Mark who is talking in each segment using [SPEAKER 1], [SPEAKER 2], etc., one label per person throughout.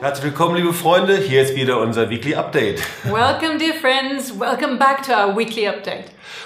[SPEAKER 1] Herzlich willkommen, liebe Freunde. Hier ist wieder unser Weekly Update.
[SPEAKER 2] Welcome, dear friends. Welcome back to our weekly update.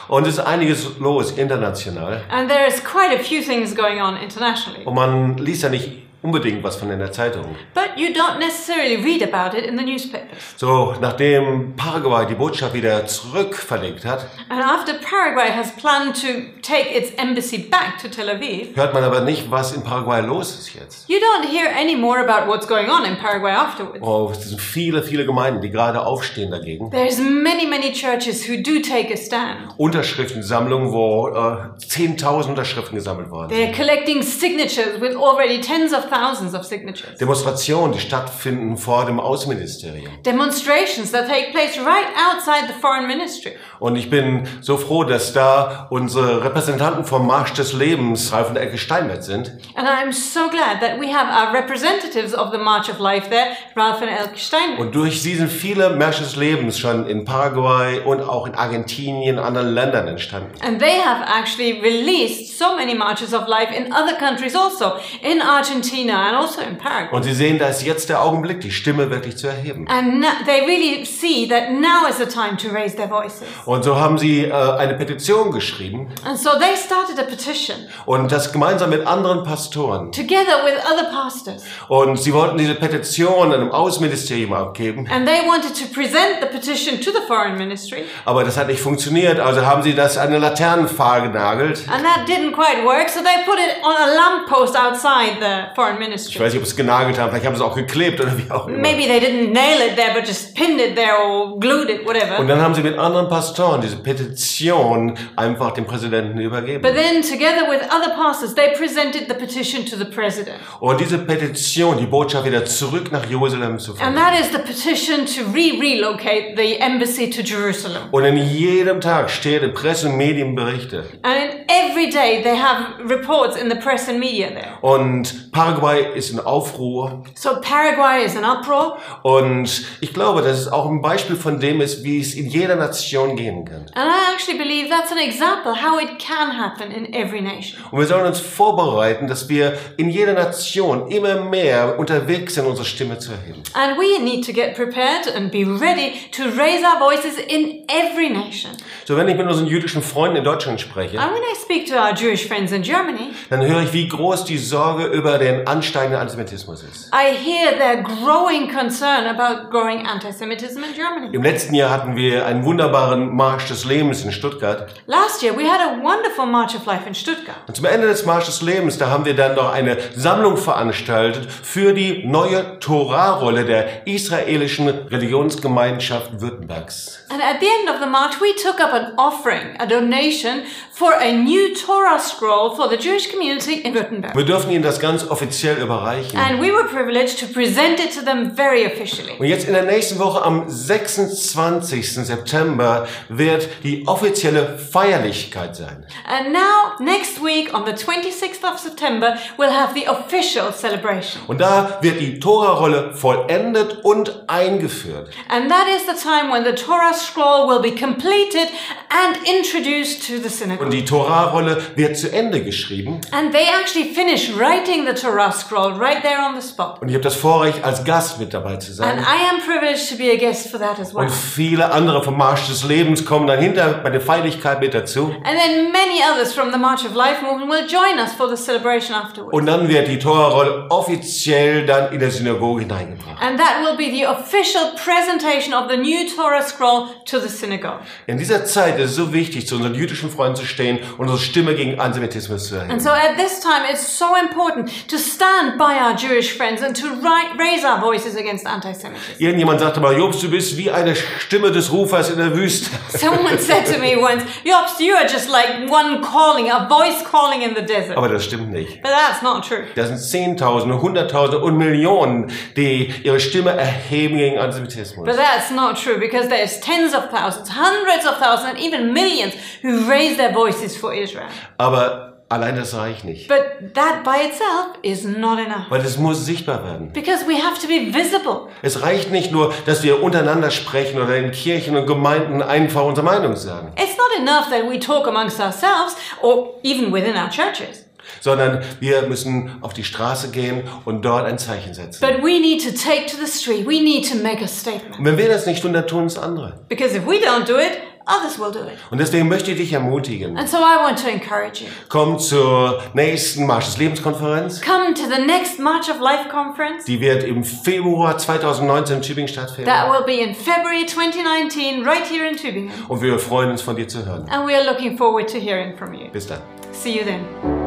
[SPEAKER 1] Und es ist einiges los international.
[SPEAKER 2] And there's quite a few things going on internationally,
[SPEAKER 1] Und man liest ja nicht unbedingt was von in der Zeitung.
[SPEAKER 2] but you don't necessarily read about it in the newspapers.
[SPEAKER 1] So, nachdem Paraguay die Botschaft wieder zurückverlegt hat,
[SPEAKER 2] And after Paraguay has planned to take its embassy back to Tel Aviv,
[SPEAKER 1] hört man aber nicht, was in Paraguay los ist jetzt.
[SPEAKER 2] you don't hear any more about what's going on in Paraguay afterwards.
[SPEAKER 1] Oh, es sind viele, viele Gemeinden, die gerade aufstehen dagegen.
[SPEAKER 2] There's many, many churches who do take a stand.
[SPEAKER 1] Unterschriftensammlungen, wo äh, 10.000 Unterschriften gesammelt worden
[SPEAKER 2] They're
[SPEAKER 1] sind.
[SPEAKER 2] collecting signatures with already tens of thousands of signatures.
[SPEAKER 1] Demonstrationen, die stattfinden vor dem Außenministerium.
[SPEAKER 2] Demonstrations that take place right outside the foreign ministry.
[SPEAKER 1] Und ich bin so froh, dass da unsere Repräsentanten vom Marsch des Lebens, Ralf und Ecke Steinmetz, sind.
[SPEAKER 2] And I'm so glad that we have our representatives of the March of Life there, Ralph and Elke Steinmetz.
[SPEAKER 1] Und durch sie sind viele Märsche des Lebens schon in Paraguay und auch in Argentinien, anderen Ländern entstanden.
[SPEAKER 2] And they have actually released so many marches of life in other countries also, in Argentina and also in Paraguay.
[SPEAKER 1] Und sie sehen, da ist jetzt der Augenblick, die Stimme wirklich zu erheben.
[SPEAKER 2] And na- they really see that now is the time to raise their voices.
[SPEAKER 1] Und so haben sie äh, eine Petition geschrieben
[SPEAKER 2] And so they started a petition
[SPEAKER 1] und das gemeinsam mit anderen Pastoren.
[SPEAKER 2] together with other pastors.
[SPEAKER 1] Und sie wollten diese Petition einem Außenministerium abgeben,
[SPEAKER 2] And they wanted to present the petition to the foreign ministry.
[SPEAKER 1] aber das hat nicht funktioniert. Also haben sie das an eine Laternenfahne genagelt.
[SPEAKER 2] And that didn't quite work, so they put it on a lamppost outside the foreign ministry.
[SPEAKER 1] Ich weiß nicht, ob sie es genagelt haben, vielleicht haben sie es auch geklebt oder wie auch immer.
[SPEAKER 2] Maybe they didn't nail it there, but just pinned it there or glued it,
[SPEAKER 1] Und
[SPEAKER 2] whatever.
[SPEAKER 1] dann haben sie mit anderen Pastoren diese Petition einfach dem Präsidenten
[SPEAKER 2] But
[SPEAKER 1] übergeben.
[SPEAKER 2] then, together with other pastors, they presented the petition to the president.
[SPEAKER 1] Und diese Petition, die Botschaft wieder zurück nach Jerusalem zu
[SPEAKER 2] And
[SPEAKER 1] fahren.
[SPEAKER 2] that is the petition to re relocate the embassy to Jerusalem.
[SPEAKER 1] Und in jedem Tag steht in Presse und Medien Berichte.
[SPEAKER 2] And in- every day they have reports in the press and media there.
[SPEAKER 1] Und Paraguay ist in Aufruhr.
[SPEAKER 2] So Paraguay is an uproar.
[SPEAKER 1] Und ich glaube, dass es auch ein Beispiel von dem ist, wie es in jeder Nation gehen kann.
[SPEAKER 2] And I actually believe that's an example how it can happen in every nation.
[SPEAKER 1] Und wir sollen uns vorbereiten, dass wir in jeder Nation immer mehr unterwegs sind, unsere Stimme zu erheben.
[SPEAKER 2] And we need to get prepared and be ready to raise our voices in every nation.
[SPEAKER 1] So, wenn ich mit unseren jüdischen Freunden in Deutschland spreche,
[SPEAKER 2] And when I speak to our Jewish friends in Germany,
[SPEAKER 1] dann höre ich, wie groß die Sorge über den ansteigenden Antisemitismus ist.
[SPEAKER 2] I hear their growing concern about growing anti-Semitism in Germany.
[SPEAKER 1] Im letzten Jahr hatten wir einen wunderbaren Marsch des Lebens in Stuttgart.
[SPEAKER 2] Last year we had a wonderful March of Life in Stuttgart.
[SPEAKER 1] Und zum Ende des Marsch des Lebens, da haben wir dann noch eine Sammlung veranstaltet für die neue Torahrolle der israelischen Religionsgemeinschaft Württembergs.
[SPEAKER 2] And at the end of the March we took up an offering, a donation for a new Torah scroll for the Jewish community in Württemberg.
[SPEAKER 1] Wir dürfen Ihnen das ganz offiziell überreichen.
[SPEAKER 2] And we were privileged to present it to them very officially.
[SPEAKER 1] Und jetzt in der nächsten Woche am 26. September wird die offizielle Feierlichkeit sein.
[SPEAKER 2] And now, next week on the 26th of September, we'll have the official celebration.
[SPEAKER 1] Und da wird die Tora-Rolle vollendet und eingeführt.
[SPEAKER 2] And that is the time when the Torah scroll will be completed and introduced to the synagogue.
[SPEAKER 1] Und die Tora-Rolle wird zu Ende geschrieben.
[SPEAKER 2] And they actually finish writing the Torah scroll right there on the spot.
[SPEAKER 1] Und ich habe das Vorrecht, als Gast mit dabei zu
[SPEAKER 2] And
[SPEAKER 1] sein.
[SPEAKER 2] I am privileged to be a guest for that as
[SPEAKER 1] Und
[SPEAKER 2] well.
[SPEAKER 1] viele andere vom Marsch des Lebens kommen dann hinter bei der Feierlichkeit mit dazu.
[SPEAKER 2] And then many others from the March of Life movement will join us for the celebration afterwards.
[SPEAKER 1] Und dann wird die Tora-Rolle offiziell dann in der Synagoge hineingebracht.
[SPEAKER 2] And that will be the official presentation of the new Torah scroll to the synagogue.
[SPEAKER 1] In dieser Zeit ist es so wichtig, zu unseren jüdischen Freunden zu stehen und unsere Stimme gegen Antisemitismus zu erheben.
[SPEAKER 2] And so at this time, it's so important to stand by our Jewish friends and to ri- raise our voices against anti Semitism.
[SPEAKER 1] Irgendjemand sagte mal, Jobst, du bist wie eine Stimme des Rufers in der Wüste.
[SPEAKER 2] Someone said to me once, Jobst, you are just like one calling, a voice calling in the desert.
[SPEAKER 1] Aber das stimmt nicht.
[SPEAKER 2] But that's not true.
[SPEAKER 1] Das sind Zehntausende, Hunderttausende und Millionen, die ihre Stimme erheben gegen Antisemitismus.
[SPEAKER 2] But that's not true because there's tens of thousands, hundreds of thousands, and even millions who raise their voices for Israel.
[SPEAKER 1] Aber allein das reicht nicht.
[SPEAKER 2] But that by itself is not enough.
[SPEAKER 1] Weil es muss sichtbar werden.
[SPEAKER 2] Because we have to be visible.
[SPEAKER 1] Es reicht nicht nur, dass wir untereinander sprechen oder in Kirchen und Gemeinden einfach unsere Meinung sagen.
[SPEAKER 2] It's not enough that we talk amongst ourselves or even within our churches.
[SPEAKER 1] sondern wir müssen auf die Straße gehen und dort ein Zeichen setzen.
[SPEAKER 2] But we need to take to the street. We need to make a
[SPEAKER 1] Und
[SPEAKER 2] statement.
[SPEAKER 1] wenn wir das nicht tun, dann tun es andere.
[SPEAKER 2] Because if we don't do it, others will do it.
[SPEAKER 1] Und deswegen möchte ich dich ermutigen.
[SPEAKER 2] And so I want to encourage you.
[SPEAKER 1] Komm zur nächsten Marsch des Lebenskonferenz.
[SPEAKER 2] Come to the next March of Life conference.
[SPEAKER 1] Die wird im Februar 2019 in Tübingen
[SPEAKER 2] That
[SPEAKER 1] stattfinden.
[SPEAKER 2] will be in February 2019, right here in Tübingen.
[SPEAKER 1] Und wir freuen uns, von dir zu hören.
[SPEAKER 2] And we are looking forward to hearing from you.
[SPEAKER 1] Bis dann.
[SPEAKER 2] See you then.